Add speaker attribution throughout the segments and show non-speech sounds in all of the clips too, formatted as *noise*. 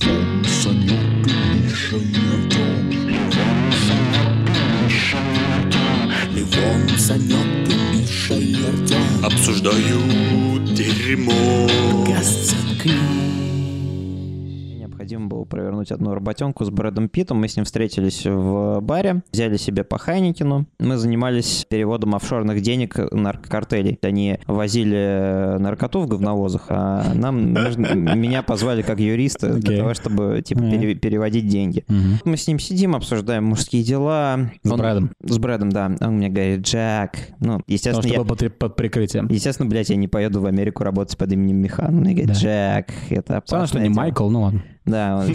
Speaker 1: Левон, Санек и Миша Евдом. Левон, Санек и Миша Евдом. Обсуждают дерьмо.
Speaker 2: Необходимо было провернуть одну работенку с Брэдом Питом. Мы с ним встретились в баре, взяли себе по Хайникину. Мы занимались переводом офшорных денег наркокартелей. Они возили наркоту в говновозах, а нам нужно- меня позвали как юриста для
Speaker 3: Окей.
Speaker 2: того, чтобы типа
Speaker 3: Мгм.
Speaker 2: пере- переводить деньги.
Speaker 3: Мгм.
Speaker 2: Мы с ним сидим, обсуждаем мужские дела.
Speaker 3: С
Speaker 2: Он-
Speaker 3: Брэдом.
Speaker 2: С Брэдом, да. Он мне говорит, Джек. Ну,
Speaker 3: Потому
Speaker 2: естественно,
Speaker 3: что
Speaker 2: я...
Speaker 3: был под, под прикрытием.
Speaker 2: Естественно, блядь, я не поеду в Америку работать под именем Михан. Он мне говорит,
Speaker 3: Да.
Speaker 2: Джек, это
Speaker 3: Странно,
Speaker 2: опасно.
Speaker 3: что не Майкл, ну ладно.
Speaker 2: Да, он...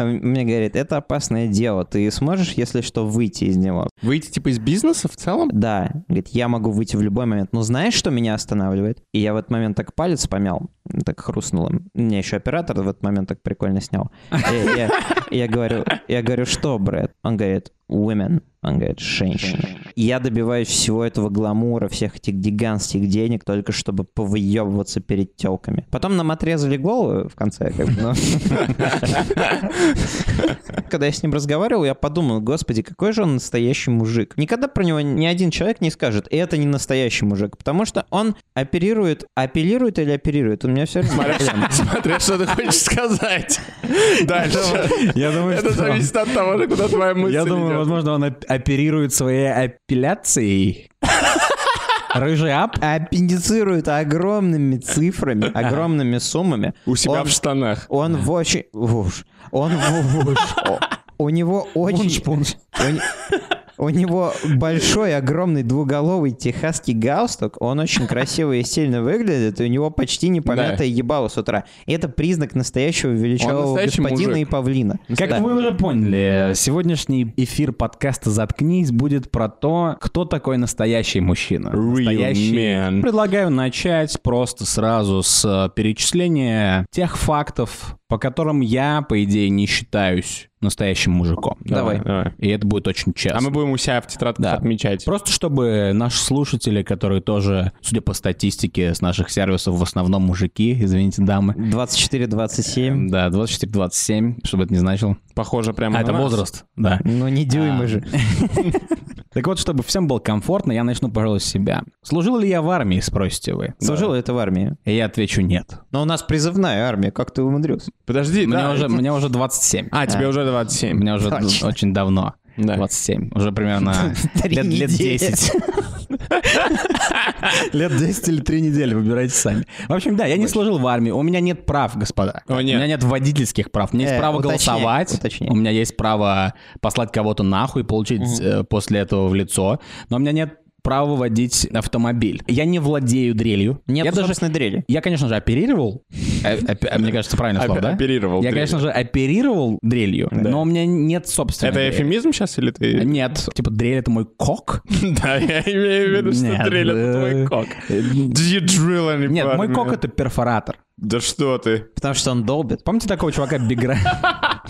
Speaker 2: Он мне говорит, это опасное дело, ты сможешь, если что, выйти из него?
Speaker 4: Выйти типа из бизнеса в целом? *laughs*
Speaker 2: Да, говорит, я могу выйти в любой момент, но знаешь, что меня останавливает? И я в этот момент так палец помял, так хрустнул им. Мне еще оператор в этот момент так прикольно снял. И Я, я говорю, я говорю, что, Брэд? Он говорит, women. Он говорит, женщины. Я добиваюсь всего этого гламура, всех этих гигантских денег, только чтобы повыебываться перед телками. Потом нам отрезали голову в конце, как бы, но- *laughs* когда я с ним разговаривал, я подумал, господи, какой же он настоящий мужик. Никогда про него ни один человек не скажет, «И это не настоящий мужик, потому что он оперирует, апеллирует или оперирует. У меня все
Speaker 4: Смотря,
Speaker 2: время
Speaker 4: смотря, что ты хочешь
Speaker 3: *laughs*
Speaker 4: сказать. Дальше.
Speaker 3: Я
Speaker 4: *laughs*
Speaker 3: думаю,
Speaker 4: Это зависит от того, куда твоя мысль
Speaker 3: Я думаю,
Speaker 4: идет.
Speaker 3: возможно, он оп- оперирует своей апелляцией. Рыжий ап.
Speaker 2: аппендицирует огромными цифрами, огромными суммами.
Speaker 4: У себя
Speaker 2: Он-
Speaker 4: в штанах.
Speaker 2: Он в очень... Вуш. Он в- О- У него очень... У не- У него большой, огромный, двуголовый техасский галстук. Он очень красиво и стильно выглядит, и у него почти непомятое
Speaker 4: Да.
Speaker 2: ебало с утра. И это признак настоящего величавого
Speaker 4: настоящий
Speaker 2: господина
Speaker 4: мужик.
Speaker 2: и павлина.
Speaker 3: Как
Speaker 2: Да.
Speaker 3: вы уже поняли, сегодняшний эфир подкаста «Заткнись» будет про то, кто такой настоящий мужчина. настоящий...
Speaker 4: man.
Speaker 3: *laughs* Предлагаю начать просто сразу с э, перечисления тех фактов, по которым я, по идее, не считаюсь настоящим мужиком.
Speaker 2: Давай.
Speaker 3: И это будет очень честно.
Speaker 4: А мы будем у себя в тетрадках
Speaker 3: Да.
Speaker 4: отмечать.
Speaker 3: Просто чтобы наши слушатели, которые тоже, судя по статистике с наших сервисов, в основном мужики, извините, дамы.
Speaker 2: 24-27.
Speaker 3: Да, 24-27, чтобы это не значило.
Speaker 4: Похоже прямо
Speaker 3: А,
Speaker 4: на
Speaker 3: это
Speaker 4: нас.
Speaker 3: возраст, да.
Speaker 2: Ну не дюймы
Speaker 3: А.
Speaker 2: же.
Speaker 3: Так вот, чтобы всем было комфортно, я начну, пожалуй, с себя. Служил ли я в армии, спросите вы.
Speaker 2: Служил это в армии.
Speaker 3: И я отвечу нет.
Speaker 2: Но у нас призывная армия, как ты умудрился?
Speaker 4: Подожди,
Speaker 3: Мне
Speaker 4: да.
Speaker 3: уже, мне уже 27.
Speaker 4: А, тебе уже 27.
Speaker 3: Мне уже д-
Speaker 2: точно.
Speaker 3: очень давно.
Speaker 4: Да.
Speaker 3: 27. Уже *laughs* примерно лет, лет
Speaker 2: недели.
Speaker 3: 10. *laughs* Лет 10 или 3 недели, выбирайте сами. В общем, да, я не служил в армии. У меня нет прав, господа.
Speaker 4: О, нет.
Speaker 3: У меня нет водительских прав. У меня
Speaker 2: Э,
Speaker 3: есть право
Speaker 2: уточняй,
Speaker 3: голосовать.
Speaker 2: уточняй.
Speaker 3: У меня есть право послать кого-то нахуй, получить э, после этого в лицо. Но у меня нет права водить автомобиль. Я не владею дрелью.
Speaker 2: Нет,
Speaker 3: я даже
Speaker 2: собственной дрели.
Speaker 3: я, конечно же, оперировал. Э, опе- Мне кажется, правильно слово,
Speaker 4: Опе-
Speaker 3: да?
Speaker 4: оперировал
Speaker 3: Я,
Speaker 4: дрелью.
Speaker 3: конечно же, оперировал дрелью, но у меня нет собственной
Speaker 4: Это
Speaker 3: дрели.
Speaker 4: эфемизм сейчас или ты...
Speaker 3: Нет. Типа, дрель — это мой кок?
Speaker 4: *laughs* Да, я имею в виду,
Speaker 3: Нет,
Speaker 4: что дрель это
Speaker 3: да. Э,
Speaker 4: твой кок. Did you drill any
Speaker 3: Нет, мой
Speaker 4: part,
Speaker 3: кок —
Speaker 4: man?
Speaker 3: это перфоратор.
Speaker 4: Да что ты?
Speaker 2: Потому что он долбит.
Speaker 3: Помните такого чувака Бигра? *laughs*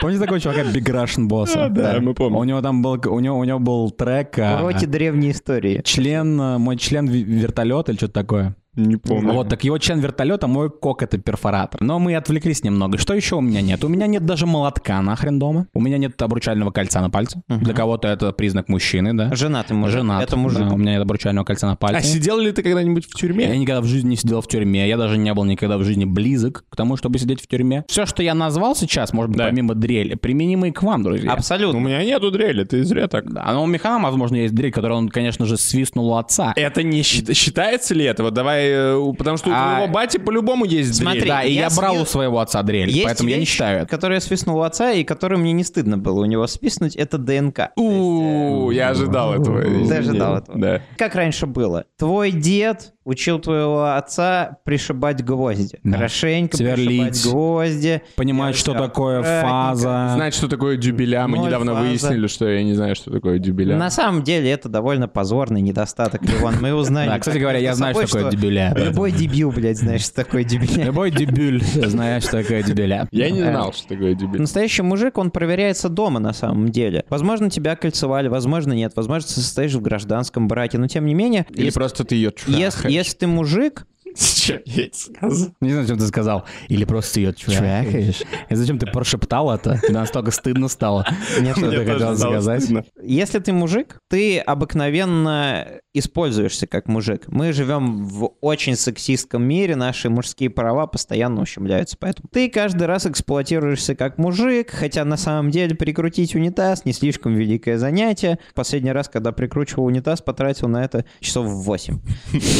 Speaker 3: Помните такого чувака Биг Рашн Босса?
Speaker 4: да, мы помним.
Speaker 3: У него там был, у него, у него был трек... а,
Speaker 2: Уроки древней истории.
Speaker 3: Член, а, мой член ви- вертолет или что-то такое.
Speaker 4: Не помню.
Speaker 3: Вот, так его член вертолета, мой кок это перфоратор. Но мы отвлеклись немного. Что еще у меня нет? У меня нет даже молотка нахрен дома. У меня нет обручального кольца на пальце. Для кого-то это признак мужчины, да?
Speaker 2: Женатый мужик.
Speaker 3: Женат.
Speaker 2: Это мужик.
Speaker 3: Да, у меня нет обручального кольца на пальце.
Speaker 4: А сидел ли ты когда-нибудь в
Speaker 3: Я
Speaker 4: тюрьме?
Speaker 3: никогда в жизни не сидел в тюрьме, я даже не был никогда в жизни близок к тому, чтобы сидеть в тюрьме. Все, что я назвал сейчас, может быть,
Speaker 4: Да.
Speaker 3: помимо дрели, применимы и к вам, друзья.
Speaker 4: У
Speaker 2: Абсолютно.
Speaker 4: меня нету дрели, ты зря так.
Speaker 3: Да, но у Михана, возможно, есть дрель, которую он, конечно же, свистнул у отца.
Speaker 4: Это не щи- считается ли это? Вот давай, э, у- потому что у
Speaker 3: А-
Speaker 4: твоего бати по-любому есть
Speaker 2: Смотри,
Speaker 4: дрель.
Speaker 3: да, и
Speaker 2: я
Speaker 3: я, брал
Speaker 2: свис-
Speaker 3: у своего отца дрель,
Speaker 2: Есть
Speaker 3: поэтому я не
Speaker 2: вещь,
Speaker 3: считаю это.
Speaker 2: которую я свистнул у отца и которую мне не стыдно было у него списнуть, это ДНК.
Speaker 4: У, я ожидал этого. извини.
Speaker 2: ожидал этого.
Speaker 4: Да.
Speaker 2: Как раньше было? Твой дед учил твоего отца пришибать гвозди.
Speaker 3: Да.
Speaker 2: Хорошенько
Speaker 3: Сверлить.
Speaker 2: пришибать гвозди.
Speaker 3: Понимать,
Speaker 2: Делать
Speaker 3: что такое
Speaker 4: Э,
Speaker 2: аккуратненько.
Speaker 3: фаза.
Speaker 4: Знать, что такое дюбеля, мы
Speaker 2: А. Ноль
Speaker 4: недавно
Speaker 2: фаза.
Speaker 4: выяснили, что я не знаю, что такое дюбеля.
Speaker 2: На самом деле это довольно позорный недостаток, Ливан. Мы узнали.
Speaker 3: да, кстати говоря, я
Speaker 2: между
Speaker 3: знаю, что
Speaker 2: собой,
Speaker 3: такое дебюля.
Speaker 2: Любой дебил, блядь, знаешь, что такое дебиля.
Speaker 3: *laughs* Любой дебюль знает, что такое дебюля.
Speaker 4: Я не
Speaker 2: Э.
Speaker 4: знал, что такое дюбеля.
Speaker 2: Настоящий мужик, он проверяется дома на самом деле. Возможно, тебя кольцевали, возможно, нет. Возможно, ты состоишь в гражданском браке. Но тем не менее,
Speaker 4: Или
Speaker 2: если-
Speaker 4: просто ты ее
Speaker 2: Если, если ты мужик,
Speaker 4: Зачем я это сказал?
Speaker 3: Не знаю, зачем ты сказал. Или просто ее трекаешь. И зачем ты прошептал это? Мне настолько стыдно стало.
Speaker 2: Нет,
Speaker 3: Что
Speaker 4: Мне
Speaker 3: ты
Speaker 4: тоже
Speaker 3: хотел
Speaker 4: стало
Speaker 3: сказать?
Speaker 4: стыдно.
Speaker 2: Если ты мужик, ты обыкновенно используешься как мужик. Мы живем в очень сексистском мире, наши мужские права постоянно ущемляются. Поэтому ты каждый раз эксплуатируешься как мужик, хотя на самом деле прикрутить унитаз не слишком великое занятие. Последний раз, когда прикручивал унитаз, потратил на это часов 8.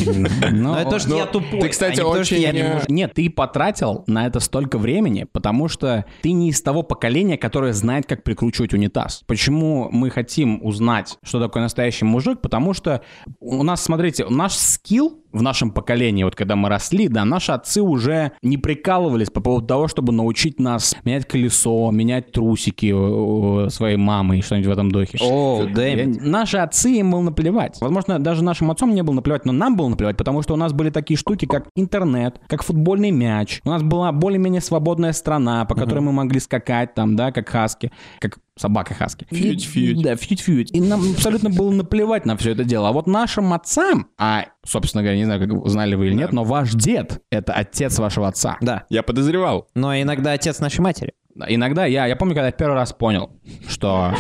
Speaker 3: Ну,
Speaker 2: Но это то, что
Speaker 4: но
Speaker 2: я тупой.
Speaker 4: ну, ты, кстати,
Speaker 2: а не то, что я не
Speaker 4: очень, э,
Speaker 2: мужик.
Speaker 3: Нет, ты потратил на это столько времени, потому что ты не из того поколения, которое знает, как прикручивать унитаз. Почему мы хотим узнать, что такое настоящий мужик? Потому что у нас, смотрите, наш скилл в нашем поколении, вот когда мы росли, да, наши отцы уже не прикалывались по поводу того, чтобы научить нас менять колесо, менять трусики э, э, своей мамы и что-нибудь в этом духе.
Speaker 2: О,
Speaker 3: Я-
Speaker 2: Дэвид.
Speaker 3: Наши отцы им было наплевать. Возможно, даже нашим отцам не было наплевать, но нам было наплевать, потому что у нас были такие штуки, как интернет, как футбольный мяч. У нас была более-менее свободная страна, по которой мы могли скакать там, да, как хаски, как собака хаски.
Speaker 4: Фьють-фьють.
Speaker 3: Да, фьють-фьють. И нам абсолютно было наплевать на все это дело. А вот нашим отцам, а, собственно говоря, не знаю, как знали вы или нет, но ваш дед — это отец вашего отца.
Speaker 2: Да.
Speaker 4: *laughs* Я подозревал.
Speaker 2: Но иногда отец нашей матери.
Speaker 3: Иногда я, я помню, когда я первый раз понял, что,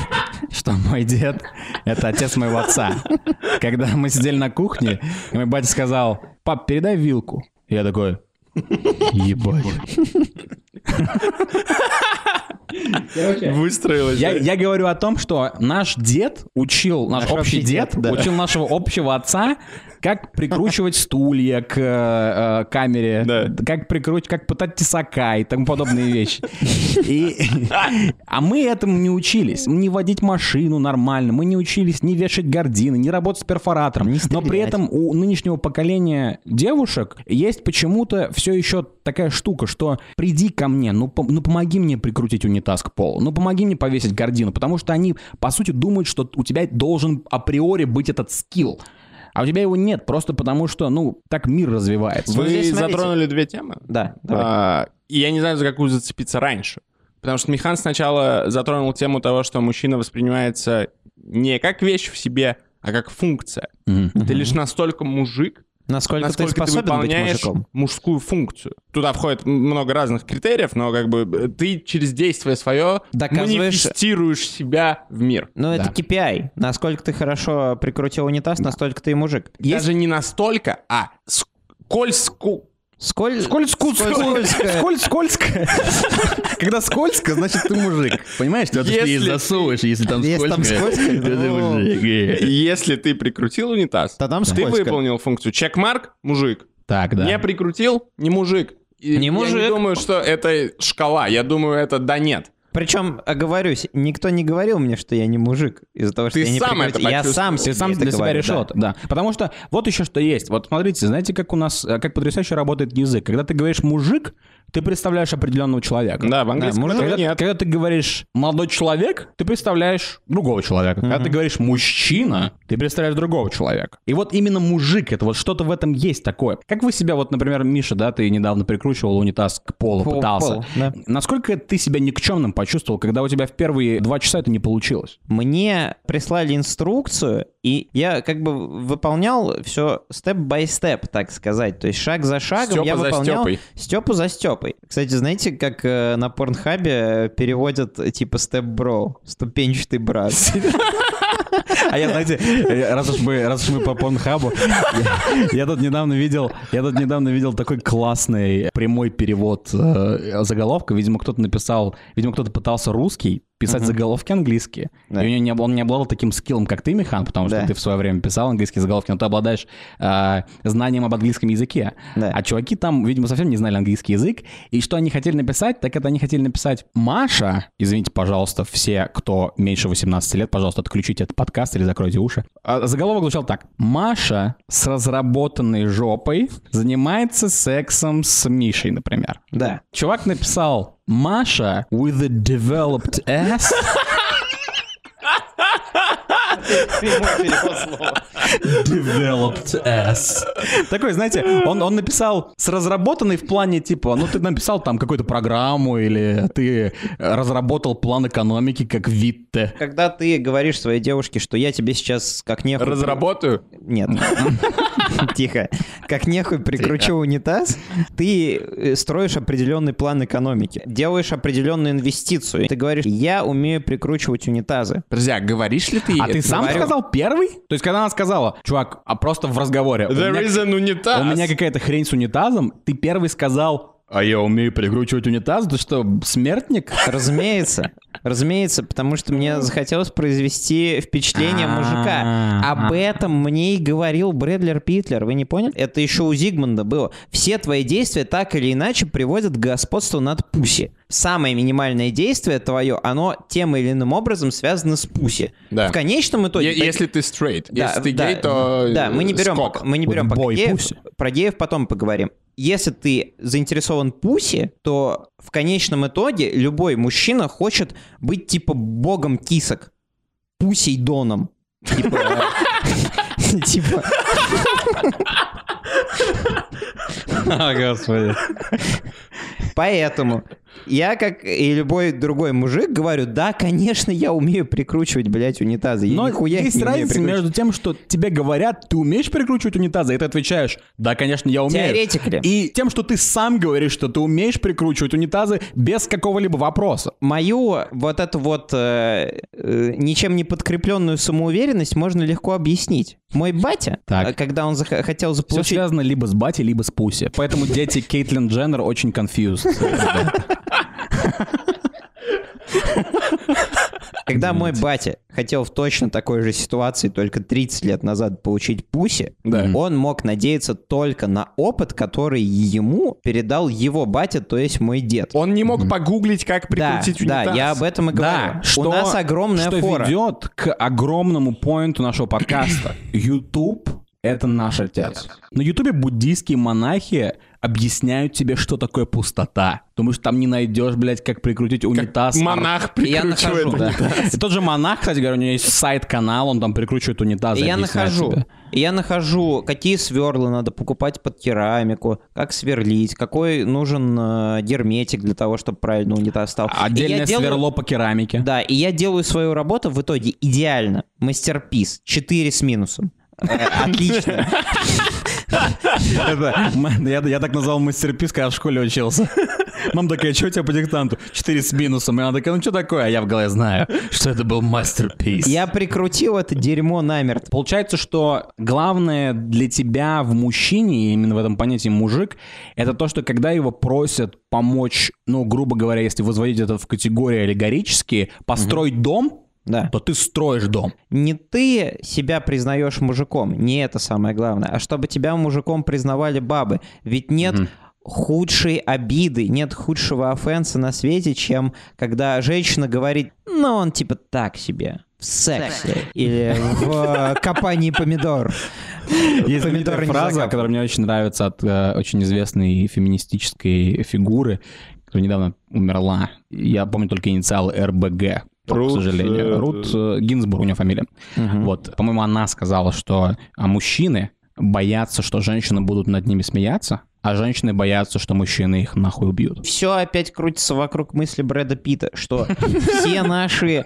Speaker 3: что мой дед — это отец моего отца. Когда мы сидели на кухне, и мой батя сказал, пап, передай вилку. И я такой, ебать.
Speaker 4: Выстроилась.
Speaker 3: Я,
Speaker 4: да?
Speaker 3: я говорю о том, что наш дед учил, наш, общий дед, учил нашего общего отца, как прикручивать стулья к э, э, камере,
Speaker 4: Да.
Speaker 3: как прикручивать, как пытать тесака и тому подобные вещи. И, а мы этому не учились. Не водить машину нормально, мы не учились не вешать гардины, не работать с перфоратором. Но при этом у нынешнего поколения девушек есть почему-то все еще такая штука, что приди ко мне, ну, пом- ну помоги мне прикрутить унитаз к полу, ну помоги мне повесить гардину, потому что они, по сути, думают, что у тебя должен априори быть этот скилл. А у тебя его нет, просто потому что, ну, так мир развивается.
Speaker 4: Вы
Speaker 2: здесь смотрите.
Speaker 4: затронули две темы.
Speaker 2: Да, давай.
Speaker 4: А, И я не знаю, за какую зацепиться раньше. Потому что Михан сначала затронул тему того, что мужчина воспринимается не как вещь в себе, а как функция.
Speaker 5: *laughs*
Speaker 3: Мгм.
Speaker 4: Ты лишь настолько мужик,
Speaker 2: Насколько,
Speaker 4: насколько
Speaker 2: ты
Speaker 4: ты,
Speaker 2: способен быть
Speaker 4: выполняешь
Speaker 2: мужиком?
Speaker 4: мужскую функцию. Туда входит м- много разных критериев, но как бы э, ты через действие свое
Speaker 2: Доказываешь-
Speaker 4: манифестируешь себя в мир.
Speaker 2: Ну, это
Speaker 3: Да.
Speaker 2: KPI. Насколько ты хорошо прикрутил унитаз, настолько ты и мужик.
Speaker 4: Даже не настолько, а сколь ску...
Speaker 2: Сколь...
Speaker 3: Сколь- ску-
Speaker 2: сколь-
Speaker 3: сколь-
Speaker 2: скользко.
Speaker 3: сколь- скользко. Когда скользко, значит ты мужик.
Speaker 5: Понимаешь, ты
Speaker 4: Если
Speaker 5: ты и
Speaker 4: ты-
Speaker 5: засовываешь, если там
Speaker 2: Если там
Speaker 5: скользко.
Speaker 2: скользко,
Speaker 5: то ты
Speaker 2: ну,
Speaker 4: *laughs*
Speaker 5: мужик.
Speaker 4: Если ты прикрутил унитаз,
Speaker 2: Да там
Speaker 4: ты
Speaker 2: скользко.
Speaker 4: выполнил функцию. Чекмарк, мужик.
Speaker 3: Так, да.
Speaker 4: Не прикрутил, не мужик. И
Speaker 2: Не
Speaker 4: Я
Speaker 2: мужик.
Speaker 4: не думаю, что это шкала. Я думаю, это да нет.
Speaker 2: Причем, оговорюсь, никто не говорил мне, что я не мужик из-за того, что
Speaker 4: Ты
Speaker 2: я не
Speaker 4: сам это
Speaker 2: прикрутил. Я
Speaker 4: почувствовал.
Speaker 2: сам
Speaker 3: Ты
Speaker 2: себе
Speaker 3: сам
Speaker 2: это
Speaker 3: для себя
Speaker 2: говорю,
Speaker 3: решил
Speaker 2: да.
Speaker 3: это, да. Потому что вот еще что есть. Вот смотрите, знаете, как у нас, э, как потрясающе работает язык. Когда ты говоришь «мужик», ты представляешь определенного человека.
Speaker 4: Да, в английском
Speaker 3: мужик.
Speaker 4: этого
Speaker 3: когда,
Speaker 4: нет.
Speaker 3: когда ты говоришь «молодой человек», ты представляешь другого человека. Когда ты говоришь «мужчина», ты представляешь другого человека. И вот именно мужик, это вот что-то в этом есть такое. Как вы себя, вот, например, Миша, да, ты недавно прикручивал унитаз к полу,
Speaker 2: Пол-
Speaker 3: пытался.
Speaker 2: пол, да.
Speaker 3: Насколько ты себя никчемным почувствовал, когда у тебя в первые два часа это не получилось?
Speaker 2: Мне прислали инструкцию, и я как бы выполнял все степ-бай-степ, так сказать. То есть шаг за шагом
Speaker 4: Стёпа
Speaker 2: я
Speaker 4: за
Speaker 2: выполнял...
Speaker 4: Стёпой.
Speaker 2: Степу за Степой. Кстати, знаете, как э, на Порнхабе э, переводят э, типа степ-бро, ступенчатый брат?
Speaker 3: А я, знаете, э, раз уж мы, раз уж мы по Порнхабу, я, я тут недавно видел, я тут недавно видел такой классный прямой перевод э, заголовка. Видимо, кто-то написал, видимо, кто-то пытался русский писать заголовки английские.
Speaker 2: Да.
Speaker 3: И у него не, он не обладал таким скиллом, как ты, Михан, потому что
Speaker 2: Да.
Speaker 3: ты в свое время писал английские заголовки, но ты обладаешь э, знанием об английском языке.
Speaker 2: Да.
Speaker 3: А чуваки там, видимо, совсем не знали английский язык. И что они хотели написать, так это они хотели написать «Маша». Извините, пожалуйста, все, кто меньше 18 лет, пожалуйста, отключите этот подкаст или закройте уши. А заголовок звучал так. «Маша с разработанной жопой занимается сексом с Мишей», например.
Speaker 2: Да.
Speaker 3: Чувак написал «Маша with a developed ass
Speaker 2: Прямой перевод слова.
Speaker 5: Developed ass.
Speaker 3: Такой, знаете, он, он написал с разработанной в плане типа, ну ты написал там какую-то программу или ты разработал план экономики как Витте.
Speaker 2: Когда ты говоришь своей девушке, что я тебе сейчас как нехуй... при-
Speaker 4: Разработаю?
Speaker 2: Нет. Тихо. Как нехуй прикручу унитаз, ты э, строишь определенный план экономики, делаешь определенную инвестицию. Ты говоришь, я умею прикручивать унитазы.
Speaker 4: Подожди, а говоришь ли ты ей
Speaker 3: А ты
Speaker 4: это?
Speaker 3: сам
Speaker 2: говорю.
Speaker 3: сказал первый? То есть, когда она сказала, чувак, а просто в разговоре. у
Speaker 4: There
Speaker 3: меня-
Speaker 4: is an унитаз.
Speaker 3: У меня какая-то хрень с унитазом. Ты первый сказал, а я умею перекручивать унитаз, ты что, смертник?
Speaker 2: Разумеется. Разумеется, потому что мне захотелось произвести впечатление мужика.
Speaker 3: А.
Speaker 2: Об этом мне и говорил Брэдлер Питлер, вы не поняли? Это еще у Зигмунда было. Все твои действия так или иначе приводят к господству над пуси. Самое минимальное действие твое, оно тем или иным образом связано с пуси.
Speaker 4: Да.
Speaker 2: В конечном итоге...
Speaker 4: Е- Если ты straight,
Speaker 2: Да,
Speaker 4: если ты
Speaker 2: да,
Speaker 4: гей, то э,
Speaker 2: Да, мы не берем,
Speaker 4: скок.
Speaker 2: пока- мы не берем пока
Speaker 3: Бой
Speaker 2: геев.
Speaker 3: пусть.
Speaker 2: Про геев потом поговорим. Если ты заинтересован пуси, то в конечном итоге любой мужчина хочет быть типа богом кисок. Пусейдоном. Типа... *laughs* э, Типа...
Speaker 3: А, господи.
Speaker 2: Поэтому я, как и любой другой мужик, говорю, да, конечно, я умею прикручивать, блядь, унитазы. Я
Speaker 3: Но
Speaker 2: нихуя их
Speaker 3: есть
Speaker 2: не умею
Speaker 3: разница
Speaker 2: прикручивать.
Speaker 3: между тем, что тебе говорят, ты умеешь перекручивать унитазы, и ты отвечаешь, да, конечно, я умею.
Speaker 2: Theoretically.
Speaker 3: И тем, что ты сам говоришь, что ты умеешь прикручивать унитазы без какого-либо вопроса.
Speaker 2: мою вот эту вот э, э, ничем не подкрепленную самоуверенность можно легко объяснить. Мой батя,
Speaker 3: Так.
Speaker 2: э, когда он зах- хотел
Speaker 3: Все
Speaker 2: заполучить...
Speaker 3: связано либо с бати, либо с пуси. Поэтому дети Кейтлин Дженнер очень *laughs* confused.
Speaker 2: Когда мой батя хотел в точно такой же ситуации только 30 лет назад получить пуси,
Speaker 4: Да.
Speaker 2: он мог надеяться только на опыт, который ему передал его батя, то есть мой дед.
Speaker 4: Он не мог погуглить, как
Speaker 2: да,
Speaker 4: прикрутить
Speaker 2: да,
Speaker 4: унитаз.
Speaker 2: я об этом и говорю.
Speaker 3: Да, что,
Speaker 2: У нас огромная
Speaker 3: что
Speaker 2: фора.
Speaker 3: ведет к огромному поинту нашего подкаста. YouTube — это наш отец. На Ютубе буддийские монахи объясняют тебе, что такое пустота. Думаешь, там не найдешь, блядь, как прикрутить унитаз. а
Speaker 4: Монах
Speaker 2: Я
Speaker 4: прикручивает
Speaker 2: нахожу, да.
Speaker 4: унитаз.
Speaker 3: И тот же монах, кстати говоря, у него есть сайт-канал, он там прикручивает унитаз.
Speaker 2: И
Speaker 3: и
Speaker 2: я
Speaker 3: объясняет
Speaker 2: нахожу,
Speaker 3: тебе.
Speaker 2: и я нахожу, какие сверла надо покупать под керамику, как сверлить, какой нужен э, герметик для того, чтобы правильно унитаз стал. И я
Speaker 3: Отдельное
Speaker 2: делаю-
Speaker 3: сверло по керамике.
Speaker 2: Да, и я делаю свою работу в итоге идеально. Мастерпис. 4 с минусом. Э, Отлично.
Speaker 3: *laughs* Это- м- я, я так назвал мастерпис, когда в школе учился. *laughs* Мама такая, что у тебя по диктанту? Четыре с минусом. И она такая, ну что такое? А я в голове знаю, *laughs* что это был мастерпис.
Speaker 2: Я прикрутил это дерьмо намертво.
Speaker 3: Получается, что главное для тебя в мужчине, и именно в этом понятии мужик, это то, что когда его просят помочь, ну, грубо говоря, если возводить это в категории аллегорические, построить дом,
Speaker 2: Да.
Speaker 3: то ты строишь дом.
Speaker 2: Не ты себя признаешь мужиком, не это самое главное, а чтобы тебя мужиком признавали бабы. Ведь нет худшей обиды, нет худшего офенса на свете, чем когда женщина говорит, ну он типа так себе, в сексе или в э, копании помидор.
Speaker 3: Есть знаменитая
Speaker 2: Помидоры не
Speaker 3: фраза,
Speaker 2: закапывают.
Speaker 3: которая мне очень нравится от э, очень известной феминистической фигуры, которая недавно умерла. Я помню только инициалы РБГ.
Speaker 4: Рут,
Speaker 3: к сожалению.
Speaker 4: э,
Speaker 3: Рут э, Гинзбург, у нее фамилия. Вот, по-моему, она сказала, что а, мужчины боятся, что женщины будут над ними смеяться, а женщины боятся, что мужчины их нахуй убьют.
Speaker 2: Все опять крутится вокруг мысли Брэда Питта, что все наши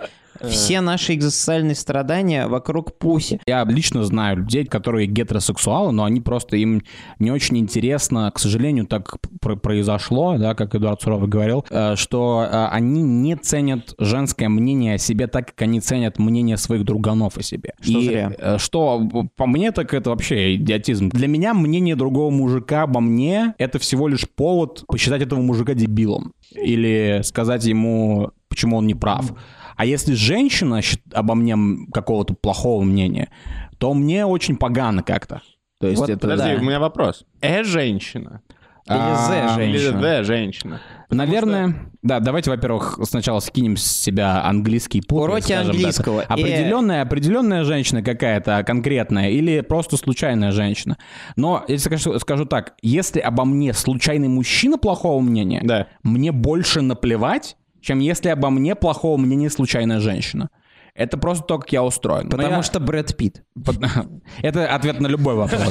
Speaker 2: все наши экзистенциальные страдания вокруг пуси.
Speaker 3: Я лично знаю людей, которые гетеросексуалы, но они просто им не очень интересно, к сожалению, так пр- произошло, да, как Эдуард Суров говорил, э, что э, они не ценят женское мнение о себе так, как они ценят мнение своих друганов о себе.
Speaker 2: Что
Speaker 3: И,
Speaker 2: зря.
Speaker 3: э, Что э, по мне так это вообще идиотизм. Для меня мнение другого мужика обо мне это всего лишь повод посчитать этого мужика дебилом или сказать ему, почему он не прав. А если женщина щит- обо мне м, какого-то плохого мнения, то мне очень погано как-то. То есть
Speaker 2: Вот
Speaker 3: это
Speaker 4: Подожди,
Speaker 2: Да.
Speaker 4: у меня вопрос. Э-женщина?
Speaker 2: Или
Speaker 3: А,
Speaker 2: «З» женщина.
Speaker 4: Или Д-женщина?
Speaker 3: Наверное, да, давайте, во-первых, сначала скинем с себя английский путь.
Speaker 2: Уроки английского. Э.
Speaker 3: Определенная, определенная женщина какая-то а, конкретная или просто случайная женщина. Но я тебе скажу, скажу так, если обо мне случайный мужчина плохого мнения,
Speaker 4: Да.
Speaker 3: мне больше наплевать, чем если обо мне плохого мнения случайная женщина. Это просто то, как я устроен. Но
Speaker 2: Потому
Speaker 3: я-
Speaker 2: что Брэд Питт.
Speaker 3: Под- *laughs* Это ответ на любой вопрос.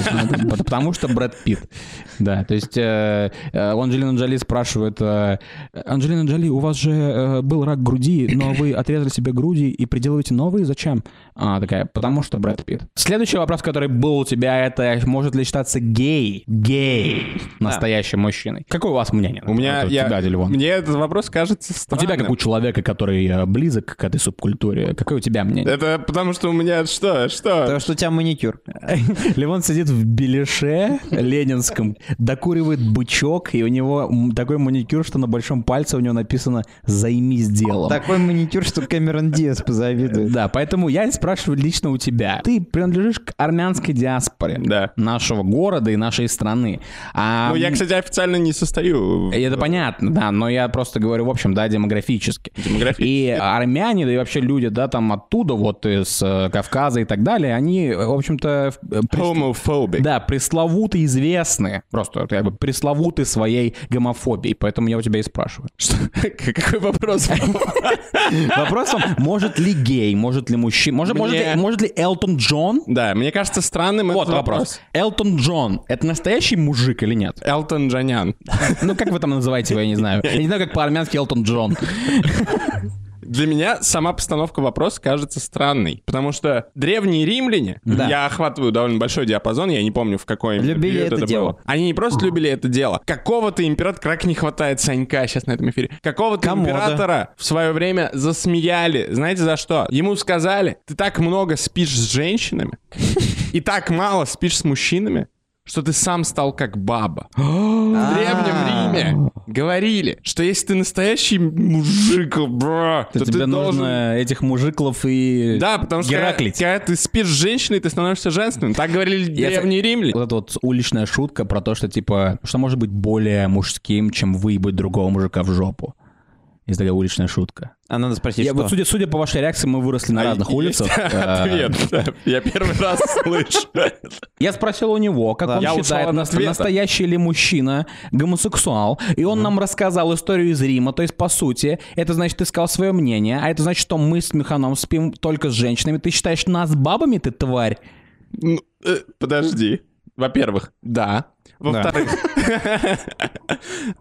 Speaker 3: Потому что Брэд Питт. Да, то есть э, э, у Анджелина Джоли спрашивают, э, Анджелина Джоли, у вас же э, был рак груди, но вы отрезали себе груди и приделываете новые, зачем? А, такая, потому что Брэд Питт. Следующий вопрос, который был у тебя, это может ли считаться гей, гей настоящим мужчиной? Какое у вас мнение?
Speaker 4: У меня,
Speaker 3: Вот
Speaker 4: я,
Speaker 3: тебя, Дельвон.
Speaker 4: мне этот вопрос кажется
Speaker 3: У
Speaker 4: странным.
Speaker 3: тебя, как у человека, который э, близок к этой субкультуре, какое у тебя мнение?
Speaker 4: Это потому что у меня что, что?
Speaker 2: Потому что у тебя маникюр.
Speaker 4: Э,
Speaker 3: *laughs* Левон сидит в беляше ленинском, докуривает бычок, и у него м, такой маникюр, что на большом пальце у него написано «Займись делом».
Speaker 2: Такой маникюр, что Кэмерон Диас позавидует.
Speaker 3: Да, поэтому я спрашиваю лично у тебя. Ты принадлежишь к армянской диаспоре
Speaker 4: Да.
Speaker 3: нашего города и нашей страны. А
Speaker 4: Ну, я,
Speaker 3: м,
Speaker 4: кстати, официально не состою. в-
Speaker 3: И Это понятно, да, но я просто говорю, в общем, да, демографически.
Speaker 4: Демографически.
Speaker 3: И армяне, да и вообще люди, да, там оттуда, вот из э, Кавказа и так далее, они, э, в общем-то, в- э, приш-
Speaker 4: Homophobic.
Speaker 3: Да, пресловуты известны, просто как бы пресловуты своей гомофобией, поэтому я у тебя и спрашиваю.
Speaker 4: *laughs*
Speaker 3: *laughs*
Speaker 4: Какой вопрос?
Speaker 3: Вопросом, может ли гей, может ли мужчина, может, может,
Speaker 4: Мне-
Speaker 3: ли, может ли Элтон Джон?
Speaker 4: *laughs* Да, мне кажется странным
Speaker 3: Вот
Speaker 4: этот
Speaker 3: вопрос. Элтон Джон, это настоящий мужик или нет?
Speaker 4: Элтон Джанян.
Speaker 3: Ну, как вы там называете его, я не знаю. Я не знаю, как по-армянски Элтон Джон.
Speaker 4: Для меня сама постановка вопроса кажется странной, потому что древние римляне,
Speaker 3: Да.
Speaker 4: я охватываю довольно большой диапазон, я не помню в какой
Speaker 2: Любили
Speaker 4: интервью
Speaker 2: это дело.
Speaker 4: было. Они не просто любили это дело. Какого-то императора, как не хватает Санька сейчас на этом эфире, какого-то
Speaker 2: Комода.
Speaker 4: императора в свое время засмеяли. Знаете за что? Ему сказали, ты так много спишь с женщинами и так мало спишь с мужчинами, что ты сам стал как
Speaker 2: *gasps*
Speaker 4: баба.
Speaker 2: А.
Speaker 4: В Древнем Риме говорили, что если ты настоящий мужик, бра, то,
Speaker 3: То тебе
Speaker 4: ты должен...
Speaker 3: нужно этих мужиклов и
Speaker 4: Да, потому что когда,
Speaker 3: гераклить.
Speaker 4: когда ты спишь с женщиной, ты становишься женственным. Так говорили
Speaker 3: Я-
Speaker 4: древние римляне.
Speaker 3: Вот эта вот уличная шутка про то, что типа, что может быть более мужским, чем выебать другого мужика в жопу. Есть такая уличная шутка.
Speaker 2: А надо спросить,
Speaker 3: Я,
Speaker 2: что?
Speaker 3: вот судя, судя по вашей реакции, мы выросли на
Speaker 4: Типа А
Speaker 3: разных
Speaker 4: есть
Speaker 3: улицах. Э,
Speaker 4: *laughs* Ответ. да. Я первый раз слышу.
Speaker 3: Я спросил у него, как
Speaker 2: Да.
Speaker 3: он
Speaker 4: Я ушел
Speaker 3: считает,
Speaker 4: от
Speaker 3: нас-
Speaker 4: ответа.
Speaker 3: настоящий ли мужчина гомосексуал, и он нам рассказал историю из Рима, то есть, по сути, это значит, ты сказал свое мнение, а это значит, что мы с Механом спим только с женщинами. Ты считаешь нас бабами, ты тварь?
Speaker 4: Ну, э, Подожди. Во-первых, да. Во-вторых, *laughs*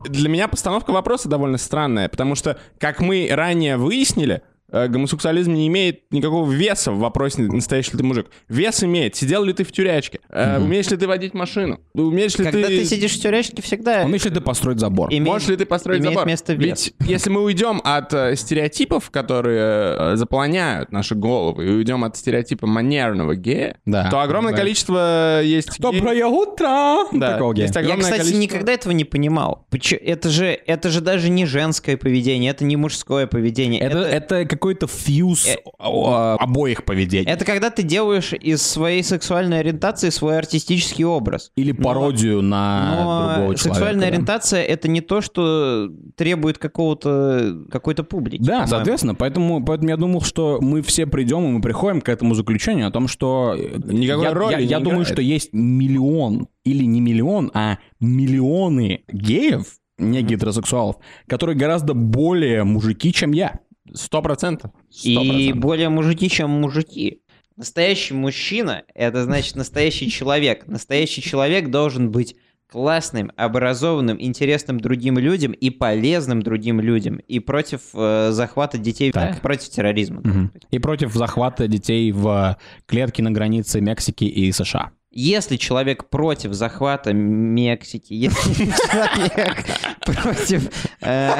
Speaker 4: для меня постановка вопроса довольно странная, потому что, как мы ранее выяснили, э, гомосексуализм не имеет никакого веса в вопросе, настоящий ли ты мужик. Вес имеет. Сидел ли ты в тюрячке? Э, Умеешь ли ты водить машину? Умеешь ли
Speaker 2: Когда ты сидишь в тюрячке, всегда...
Speaker 3: Он ли ты построить забор.
Speaker 2: имеет-
Speaker 4: Можешь ли ты построить
Speaker 2: имеет
Speaker 4: забор?
Speaker 2: место вес.
Speaker 4: Ведь если мы уйдем от э, стереотипов, которые э, заполоняют наши головы, и уйдем от стереотипа манерного гея,
Speaker 3: Да.
Speaker 4: то огромное
Speaker 3: Да.
Speaker 4: количество э, есть геев.
Speaker 3: утро!
Speaker 4: Да,
Speaker 3: Такого гея.
Speaker 4: есть
Speaker 2: Я,
Speaker 4: огромное
Speaker 2: кстати,
Speaker 4: количество-
Speaker 2: никогда этого не понимал. Поч- Это же, это же даже не женское поведение, это не мужское поведение.
Speaker 3: Это, это, какой-то фьюз а,
Speaker 2: Э-
Speaker 3: о- о- обоих поведений.
Speaker 2: это когда ты делаешь из своей сексуальной ориентации свой артистический образ.
Speaker 3: Или пародию на
Speaker 2: Но
Speaker 3: а, другого человека.
Speaker 2: сексуальная
Speaker 3: да.
Speaker 2: ориентация это не то, что требует какого-то какой-то публики.
Speaker 3: Да,
Speaker 2: по-моему.
Speaker 3: соответственно, поэтому, поэтому я думал, что мы все придем и мы приходим к этому заключению о том, что э,
Speaker 4: Никакой
Speaker 3: я,
Speaker 4: роли
Speaker 3: я-
Speaker 4: не
Speaker 3: я думаю,
Speaker 4: играет.
Speaker 3: что есть миллион или не миллион, а миллионы геев, не гетеросексуалов, которые гораздо более мужики, чем я.
Speaker 4: Сто процентов.
Speaker 2: И
Speaker 4: 100%.
Speaker 2: более мужики, чем мужики. Настоящий мужчина – это значит настоящий человек. Настоящий человек должен быть классным, образованным, интересным другим людям и полезным другим людям. И против э, захвата детей,
Speaker 3: Так.
Speaker 2: против терроризма.
Speaker 3: И против захвата детей в э, клетке на границе Мексики и США.
Speaker 2: Если человек против захвата Мексики, если *laughs* человек против, э,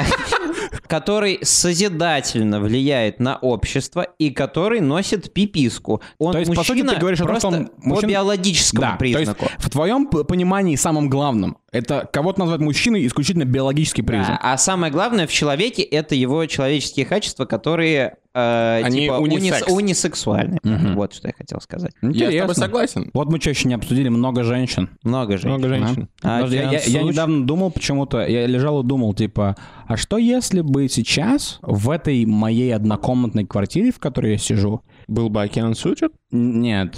Speaker 2: который созидательно влияет на общество и который носит пиписку, он
Speaker 3: То есть, по сути,
Speaker 2: мужчина
Speaker 3: ты говоришь о том,
Speaker 2: просто
Speaker 3: что он мужчина-
Speaker 2: по биологическому
Speaker 3: Да,
Speaker 2: признаку.
Speaker 3: то есть в твоем п- понимании самым главным это кого-то назвать мужчиной исключительно биологический
Speaker 2: Да,
Speaker 3: признак.
Speaker 2: а самое главное в человеке это его человеческие качества, которые э,
Speaker 4: Они
Speaker 2: типа унис-
Speaker 4: унисекс.
Speaker 2: унисексуальны.
Speaker 3: Мгм.
Speaker 2: Вот что я хотел сказать.
Speaker 4: Я с тобой
Speaker 3: Интересно.
Speaker 4: согласен.
Speaker 3: Вот мы чаще не обсудили много женщин.
Speaker 2: Много же.
Speaker 4: Много женщин.
Speaker 2: А
Speaker 3: Подожди, я, я- я
Speaker 2: Дженсуш-
Speaker 3: недавно думал почему-то, я лежал и думал, типа, а что если бы сейчас в этой моей однокомнатной квартире, в которой я сижу,
Speaker 4: Был бы океан сучек?
Speaker 3: н- нет,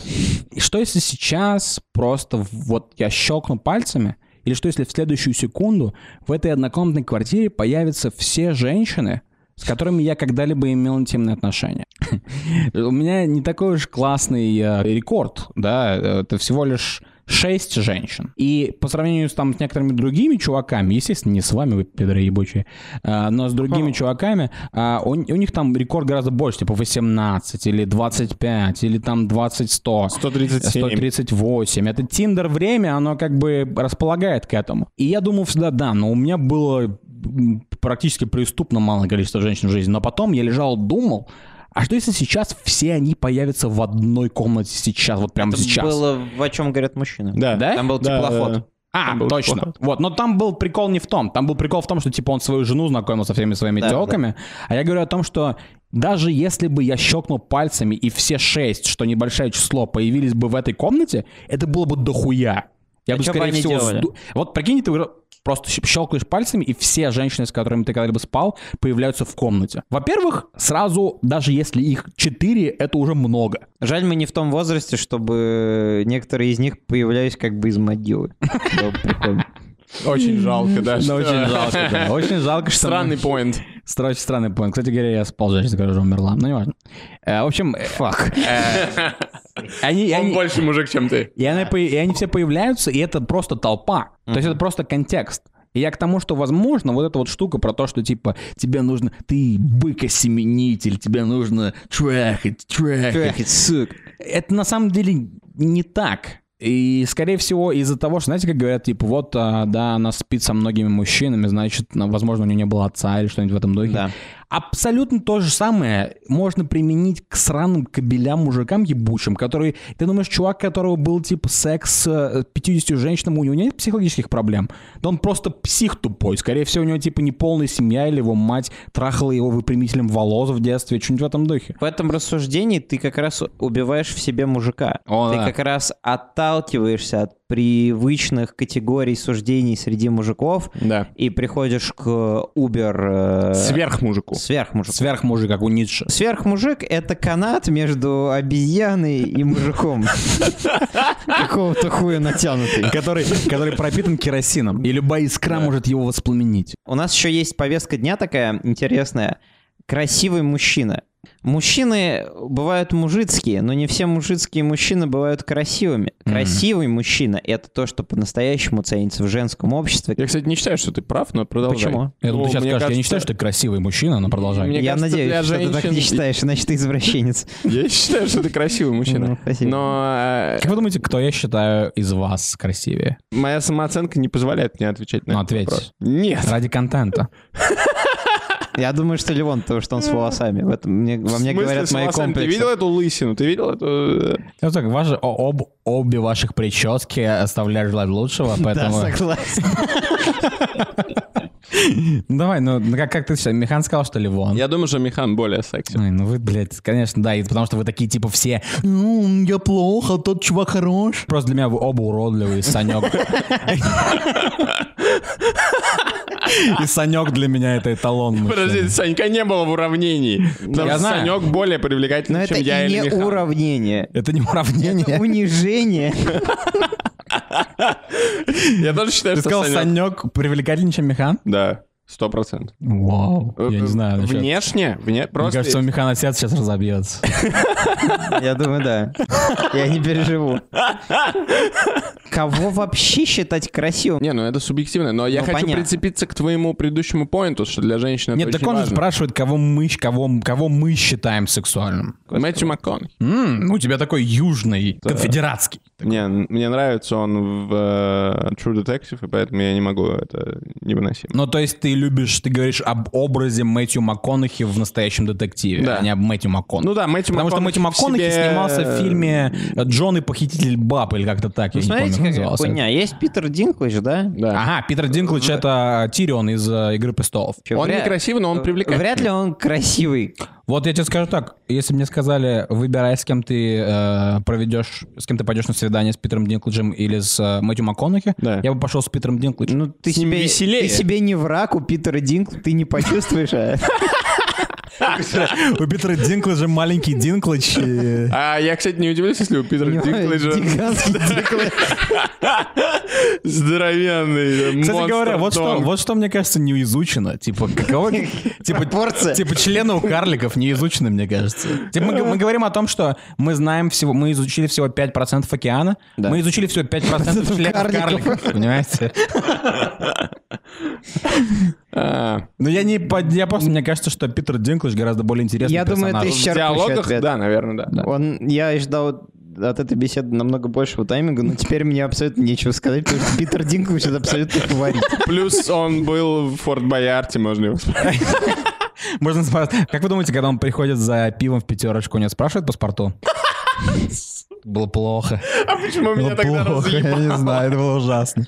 Speaker 3: и что если сейчас просто в- вот я щелкну пальцами, или что если в следующую секунду в этой однокомнатной квартире появятся все женщины, с с которыми я когда-либо имел интимные отношения. *laughs* У меня не такой уж классный э, рекорд, да, это всего лишь шесть женщин. И по сравнению с, там, с некоторыми другими чуваками, естественно, не с вами, вы пидоры ебучие, э, но с другими чуваками, а, у, у них там рекорд гораздо больше, типа 18 или 25 или там 20-100.
Speaker 4: 137.
Speaker 3: 138. Это Тиндер время, оно как бы располагает к этому. И я думал всегда, да, но у меня было м, практически преступно малое количество женщин в жизни. Но потом я лежал, думал, а что если сейчас все они появятся в одной комнате сейчас, вот прямо сейчас?
Speaker 2: Было в о чем говорят мужчины.
Speaker 4: Да.
Speaker 3: Да?
Speaker 2: Там был
Speaker 4: Да,
Speaker 2: теплоход.
Speaker 4: да, да.
Speaker 3: А,
Speaker 4: Там был
Speaker 3: точно.
Speaker 4: поход.
Speaker 3: Вот, но там был прикол не в том. Там был прикол в том, что типа он свою жену знакомил со всеми своими
Speaker 2: Да,
Speaker 3: телками. А я говорю о том, что даже если бы я щелкнул пальцами и все шесть, что небольшое число, появились бы в этой комнате, это было бы дохуя. Я
Speaker 2: А
Speaker 3: бы,
Speaker 2: чё бы
Speaker 3: скорее
Speaker 2: они
Speaker 3: всего,
Speaker 2: делали?
Speaker 3: сду- Вот прикинь, ты уже просто щ- щелкаешь пальцами, и все женщины, с которыми ты когда-либо спал, появляются в комнате. Во-первых, сразу, даже если их четыре, это уже много.
Speaker 2: Жаль, мы не в том возрасте, чтобы некоторые из них появлялись как бы из могилы. Было бы прикольно.
Speaker 4: Очень жалко, да.
Speaker 3: Да,
Speaker 4: что-
Speaker 3: Ну, очень жалко, да. Очень жалко, что... мы-
Speaker 4: Странный поинт.
Speaker 3: Стра- Очень странный поинт. Кстати говоря, я спал с женщиной, которая умерла. Ну, неважно. Э, в общем... Фак. *laughs* Они,
Speaker 4: Он
Speaker 3: они-
Speaker 4: больше мужик, чем ты.
Speaker 3: и, она по- и они все появляются, и это просто толпа. То есть это просто контекст. И я к тому, что, возможно, вот эта вот штука про то, что, типа, тебе нужно... Ты быкосеменитель, тебе нужно трахать, трахать. Это на самом деле не так. И, скорее всего, из-за того, что, знаете, как говорят, типа, вот, а, да, она спит со многими мужчинами, значит, ну, возможно, у нее не было отца или что-нибудь в этом духе.
Speaker 2: Да.
Speaker 3: Абсолютно то же самое можно применить к сраным кабелям мужикам ебучим, которые... Ты думаешь, чувак, которого был, типа, секс с э, 50 женщинами, у него нет психологических проблем? Да он просто псих тупой. Скорее всего, у него, типа, неполная семья или его мать трахала его выпрямителем волос в детстве, что-нибудь в этом духе.
Speaker 2: В этом рассуждении ты как раз убиваешь в себе мужика.
Speaker 3: О,
Speaker 2: ты
Speaker 3: да.
Speaker 2: как раз отталкиваешься от привычных категорий суждений среди мужиков
Speaker 4: Да.
Speaker 2: и приходишь к убер... э,
Speaker 4: Сверхмужику.
Speaker 2: Сверхмужику.
Speaker 3: Сверхмужик, как у Ницше.
Speaker 2: Сверхмужик — это канат между обезьяной и
Speaker 3: *laughs*
Speaker 2: мужиком. Какого-то хуя натянутый.
Speaker 3: который, который пропитан керосином. И любая искра может его воспламенить.
Speaker 2: У нас еще есть повестка дня такая интересная. Красивый мужчина. Мужчины бывают мужицкие, но не все мужицкие мужчины бывают красивыми. Красивый мужчина — это то, что по-настоящему ценится в женском обществе.
Speaker 4: Я, кстати, не считаю, что ты прав, но продолжай.
Speaker 2: Почему?
Speaker 3: Я
Speaker 4: Ну,
Speaker 3: думаю, ты сейчас
Speaker 4: мне
Speaker 3: скажешь, я не
Speaker 4: кажется-
Speaker 3: считаю, что ты красивый мужчина, но продолжай.
Speaker 4: Мне
Speaker 2: Я
Speaker 4: кажется, для
Speaker 2: надеюсь, что ты так не
Speaker 4: женщин-
Speaker 2: считаешь, иначе ты извращенец.
Speaker 4: Я считаю, что ты красивый
Speaker 2: Ну,
Speaker 4: *laughs* мужчина.
Speaker 2: спасибо.
Speaker 4: Но э,
Speaker 3: Как вы думаете, кто я считаю из вас красивее?
Speaker 4: моя самооценка не позволяет мне отвечать на
Speaker 3: Ну,
Speaker 4: этот
Speaker 3: ответь.
Speaker 4: вопрос. Нет.
Speaker 3: Ради контента.
Speaker 2: Я думаю, что Левон, потому что
Speaker 4: *laughs*
Speaker 2: он с волосами. В этом мне-
Speaker 4: В
Speaker 2: во мне
Speaker 4: смысле
Speaker 2: говорят мои
Speaker 4: самооценка? Ты
Speaker 2: комплексы.
Speaker 4: видел эту лысину? Ты видел эту... э,
Speaker 3: Ну так, ваши- о- об, обе ваших прически оставляют
Speaker 4: *laughs*
Speaker 3: желать лучшего,
Speaker 2: Да,
Speaker 3: поэтому...
Speaker 2: согласен.
Speaker 3: *laughs* Ну, Давай, ну ну, как, как ты считаешь, Михан сказал, что ли, вон?
Speaker 4: Я думаю, что Михан более секси.
Speaker 3: Ой, ну вы, блядь, конечно, да, и потому что вы такие, типа, все, ну, я плохо, тот чувак хорош. Просто для меня вы оба уродливые, Санек. И Санек для меня это эталон. мужчины.
Speaker 4: Подожди, Санька не было в уравнении. Потому
Speaker 3: ну. Я
Speaker 4: что
Speaker 3: знаю.
Speaker 4: Санек более
Speaker 2: Но
Speaker 4: привлекательный,
Speaker 2: это
Speaker 4: чем я
Speaker 2: и
Speaker 4: или
Speaker 2: не
Speaker 4: Михан. *laughs*
Speaker 2: уравнение.
Speaker 3: Это не
Speaker 2: Это
Speaker 3: уравнение.
Speaker 2: унижение.
Speaker 4: Я тоже считаю,
Speaker 3: Ты
Speaker 4: что
Speaker 3: сказал,
Speaker 4: Санек...
Speaker 3: Санек привлекательнее, чем Михан?
Speaker 4: Да, сто процентов. Э,
Speaker 3: Вау. Я не знаю. насчет- Мне
Speaker 4: Внешне? Вне... Просто...
Speaker 3: кажется, у Михана сердце сейчас разобьется.
Speaker 2: Я думаю, да. Я не переживу. Кого вообще считать красивым?
Speaker 4: Не, ну это субъективно, но я
Speaker 2: Ну,
Speaker 4: хочу
Speaker 2: понятно.
Speaker 4: прицепиться к твоему предыдущему поинту, что для женщин это
Speaker 3: Нет,
Speaker 4: очень
Speaker 3: так он же
Speaker 4: важно.
Speaker 3: спрашивает, кого мы, щ- кого, кого мы считаем сексуальным.
Speaker 4: Мэтью МакКонахи. Хм,
Speaker 3: М,
Speaker 4: ну,
Speaker 3: у тебя такой южный, конфедератский.
Speaker 4: Не, н- мне нравится он в э, True Detective, и поэтому я не могу, это невыносимо.
Speaker 3: Ну, то есть ты любишь, ты говоришь об образе Мэтью МакКонахи в настоящем детективе,
Speaker 4: Да.
Speaker 3: а не об Мэтью МакКонахи.
Speaker 4: Ну да, Мэтью
Speaker 3: Потому что Мэтью
Speaker 4: МакКонахи в
Speaker 3: МакКонахи
Speaker 4: себе-
Speaker 3: снимался в фильме «Джон и похититель баб» или как-то
Speaker 4: Ну,
Speaker 3: так, я не помню,
Speaker 2: Смотрите,
Speaker 3: как
Speaker 2: какая
Speaker 3: назывался.
Speaker 2: хуйня. Есть Питер Динклэдж, да?
Speaker 4: Да.
Speaker 3: Ага, Питер Динклэдж —
Speaker 4: Ну,
Speaker 3: это Тирион из э, «Игры престолов».
Speaker 2: Чё,
Speaker 4: Он
Speaker 2: вряд-
Speaker 4: некрасивый, но он привлекательный.
Speaker 2: Вряд ли он красивый.
Speaker 3: Вот я тебе скажу так, если бы мне сказали, выбирай, с кем ты э, проведешь, с кем ты пойдешь на свидание с Питером Динклэджем или с э, Мэтью МакКонахи,
Speaker 4: Да.
Speaker 3: я бы пошел с Питером Динклэджем.
Speaker 2: Ну, ты
Speaker 4: С ним
Speaker 2: себе,
Speaker 4: веселее.
Speaker 2: ты себе не враг у Питера Динкл, ты не почувствуешь, а
Speaker 3: У Питера Динклэджа маленький Динклэдж.
Speaker 4: *laughs*
Speaker 3: и-
Speaker 4: А я, кстати, не удивлюсь, если у Питера Динклэджа
Speaker 2: Гигантский Динклэдж.
Speaker 4: здоровенный э,
Speaker 3: Кстати
Speaker 4: монстр
Speaker 3: говоря, вот что,
Speaker 4: дом.
Speaker 3: вот что, мне кажется, не изучено. Типа, каково...
Speaker 4: *laughs*
Speaker 3: Типа,
Speaker 2: Пропорция.
Speaker 3: Типа, члены у карликов не изучены, мне кажется. Типа, мы, г- мы говорим о том, что мы знаем всего... Мы изучили всего 5% океана. Мы изучили
Speaker 4: *laughs*
Speaker 3: всего 5% членов
Speaker 2: карликов.
Speaker 3: карликов. Понимаете?
Speaker 4: А,
Speaker 3: Ну, я не... под- Я просто... Мне кажется, что Питер Динклэдж гораздо более интересный
Speaker 2: Я думаю,
Speaker 3: персонаж.
Speaker 2: ты
Speaker 4: В
Speaker 2: Исчерпывающий
Speaker 4: диалогах,
Speaker 2: ответ.
Speaker 4: да, наверное, да.
Speaker 2: Он, я ждал от этой беседы намного большего тайминга, но теперь мне абсолютно нечего сказать, потому что Питер Динклэдж это абсолютно фаворит.
Speaker 4: Плюс он был в Форт Боярте, можно его спросить.
Speaker 3: Можно спрашивать, как вы думаете, когда он приходит за пивом в пятерочку, у него спрашивают паспорту? Было плохо.
Speaker 4: А почему меня
Speaker 3: Было
Speaker 4: тогда
Speaker 3: плохо,
Speaker 4: разъебали?
Speaker 3: я не знаю, это было ужасно.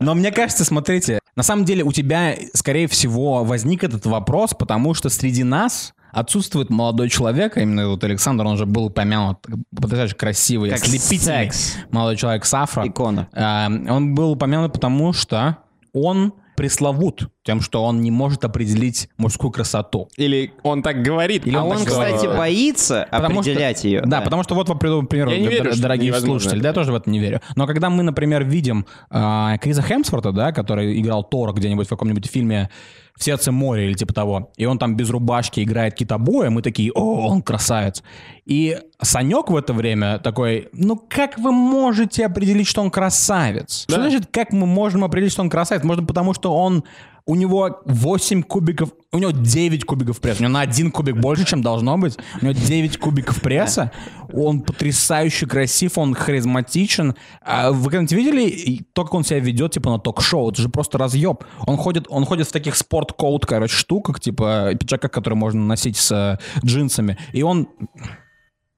Speaker 3: Но мне кажется, смотрите, на самом деле у тебя, скорее всего, возник этот вопрос, потому что среди нас отсутствует молодой человек, а именно вот Александр, он же был упомянут, потрясающе красивый,
Speaker 2: Как
Speaker 3: ослепительный
Speaker 2: секс.
Speaker 3: молодой человек с афро.
Speaker 2: Икона.
Speaker 3: А, Он был упомянут потому, что он пресловут тем, что он не может определить мужскую красоту.
Speaker 4: Или он так говорит.
Speaker 3: Или
Speaker 2: А
Speaker 3: он
Speaker 2: он,
Speaker 3: так
Speaker 2: кстати,
Speaker 3: говорит.
Speaker 2: боится
Speaker 3: Потому что-
Speaker 2: определять ее.
Speaker 3: Да, потому что вот, вам приведу пример,
Speaker 4: Я не
Speaker 3: д-
Speaker 4: верю,
Speaker 3: д-
Speaker 4: что
Speaker 3: дорогие
Speaker 4: невозможно
Speaker 3: слушатели, да, я тоже в это не верю. Но когда мы, например, видим а, Криса Хемсворта, да, который играл Тора где-нибудь в каком-нибудь фильме «В сердце моря» или типа того, и он там без рубашки играет китобоя, мы такие «О, он красавец». И Санек в это время такой «Ну как вы можете определить, что он красавец?» Что значит «как мы можем определить, что он красавец»? Можно потому, что он у него 8 кубиков, у него 9 кубиков пресса. У него на один кубик больше, чем должно быть. У него 9 кубиков пресса. Он потрясающе красив, он харизматичен. А Вы когда-нибудь видели и то, как он себя ведет, типа, на ток-шоу? Это же просто разъеб. Он ходит, он ходит в таких спорт-коут, короче, штуках, типа, пиджаках, которые можно носить с э, джинсами. И он...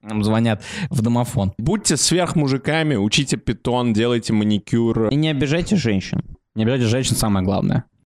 Speaker 3: Нам звонят в домофон.
Speaker 4: Будьте сверхмужиками, учите питон, делайте маникюр.
Speaker 2: И не обижайте женщин.
Speaker 3: Не обижайте женщин, самое главное.